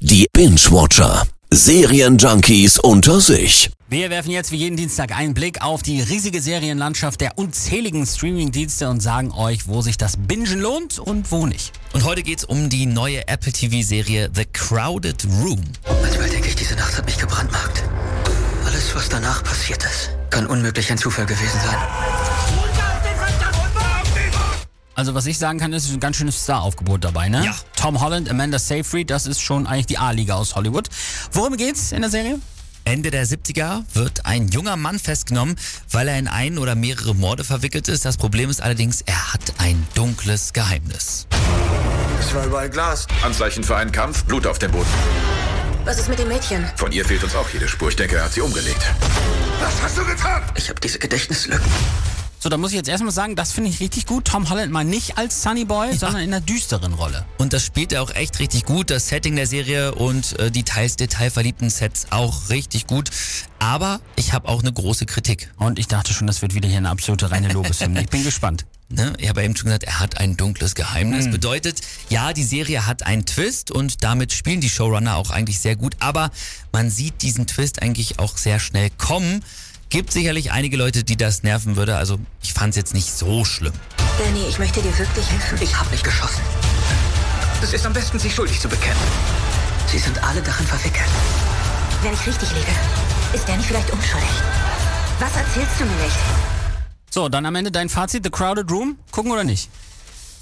Die Binge-Watcher. Serienjunkies unter sich. Wir werfen jetzt wie jeden Dienstag einen Blick auf die riesige Serienlandschaft der unzähligen Streaming-Dienste und sagen euch, wo sich das Bingen lohnt und wo nicht. Und heute geht's um die neue Apple TV-Serie The Crowded Room. Manchmal denke ich, diese Nacht hat mich gebrandmarkt. Alles, was danach passiert ist, kann unmöglich ein Zufall gewesen sein. Also was ich sagen kann, ist es ist ein ganz schönes Star-Aufgebot dabei, ne? Ja. Tom Holland, Amanda Seyfried, das ist schon eigentlich die A-Liga aus Hollywood. Worum geht's in der Serie? Ende der 70er wird ein junger Mann festgenommen, weil er in einen oder mehrere Morde verwickelt ist. Das Problem ist allerdings, er hat ein dunkles Geheimnis. Es war überall Glas. Anzeichen für einen Kampf, Blut auf dem Boden. Was ist mit dem Mädchen? Von ihr fehlt uns auch jede Spur. Ich denke, er hat sie umgelegt. Was hast du getan? Ich habe diese Gedächtnislücken. So, da muss ich jetzt erstmal sagen, das finde ich richtig gut. Tom Holland mal nicht als Sunny Boy, sondern in einer düsteren Rolle. Und das spielt er auch echt richtig gut. Das Setting der Serie und äh, die teils detailverliebten Sets auch richtig gut. Aber ich habe auch eine große Kritik. Und ich dachte schon, das wird wieder hier eine absolute reine Lobeshymne. Ich bin gespannt. Hm. Ne? Ich habe eben schon gesagt, er hat ein dunkles Geheimnis. Bedeutet, ja, die Serie hat einen Twist und damit spielen die Showrunner auch eigentlich sehr gut. Aber man sieht diesen Twist eigentlich auch sehr schnell kommen. Gibt sicherlich einige Leute, die das nerven würde. Also ich fand es jetzt nicht so schlimm. Danny, ich möchte dir wirklich helfen. Ich habe nicht geschossen. Es ist am besten, sich schuldig zu bekennen. Sie sind alle darin verwickelt. Wenn ich richtig liege, ist Danny vielleicht unschuldig. Was erzählst du mir nicht? So, dann am Ende dein Fazit, The Crowded Room. Gucken oder nicht?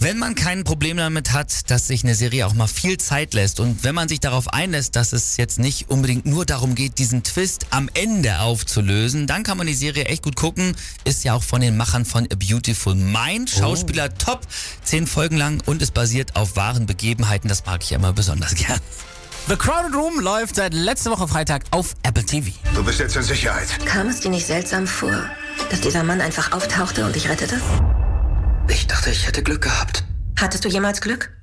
Wenn man kein Problem damit hat, dass sich eine Serie auch mal viel Zeit lässt und wenn man sich darauf einlässt, dass es jetzt nicht unbedingt nur darum geht, diesen Twist am Ende aufzulösen, dann kann man die Serie echt gut gucken. Ist ja auch von den Machern von A Beautiful Mind. Oh. Schauspieler top, zehn Folgen lang und es basiert auf wahren Begebenheiten. Das mag ich ja immer besonders gern. The Crowded Room läuft seit letzter Woche Freitag auf Apple TV. Du bist jetzt in Sicherheit. Kam es dir nicht seltsam vor, dass dieser Mann einfach auftauchte und dich rettete? Ich dachte, ich hätte Glück gehabt. Hattest du jemals Glück?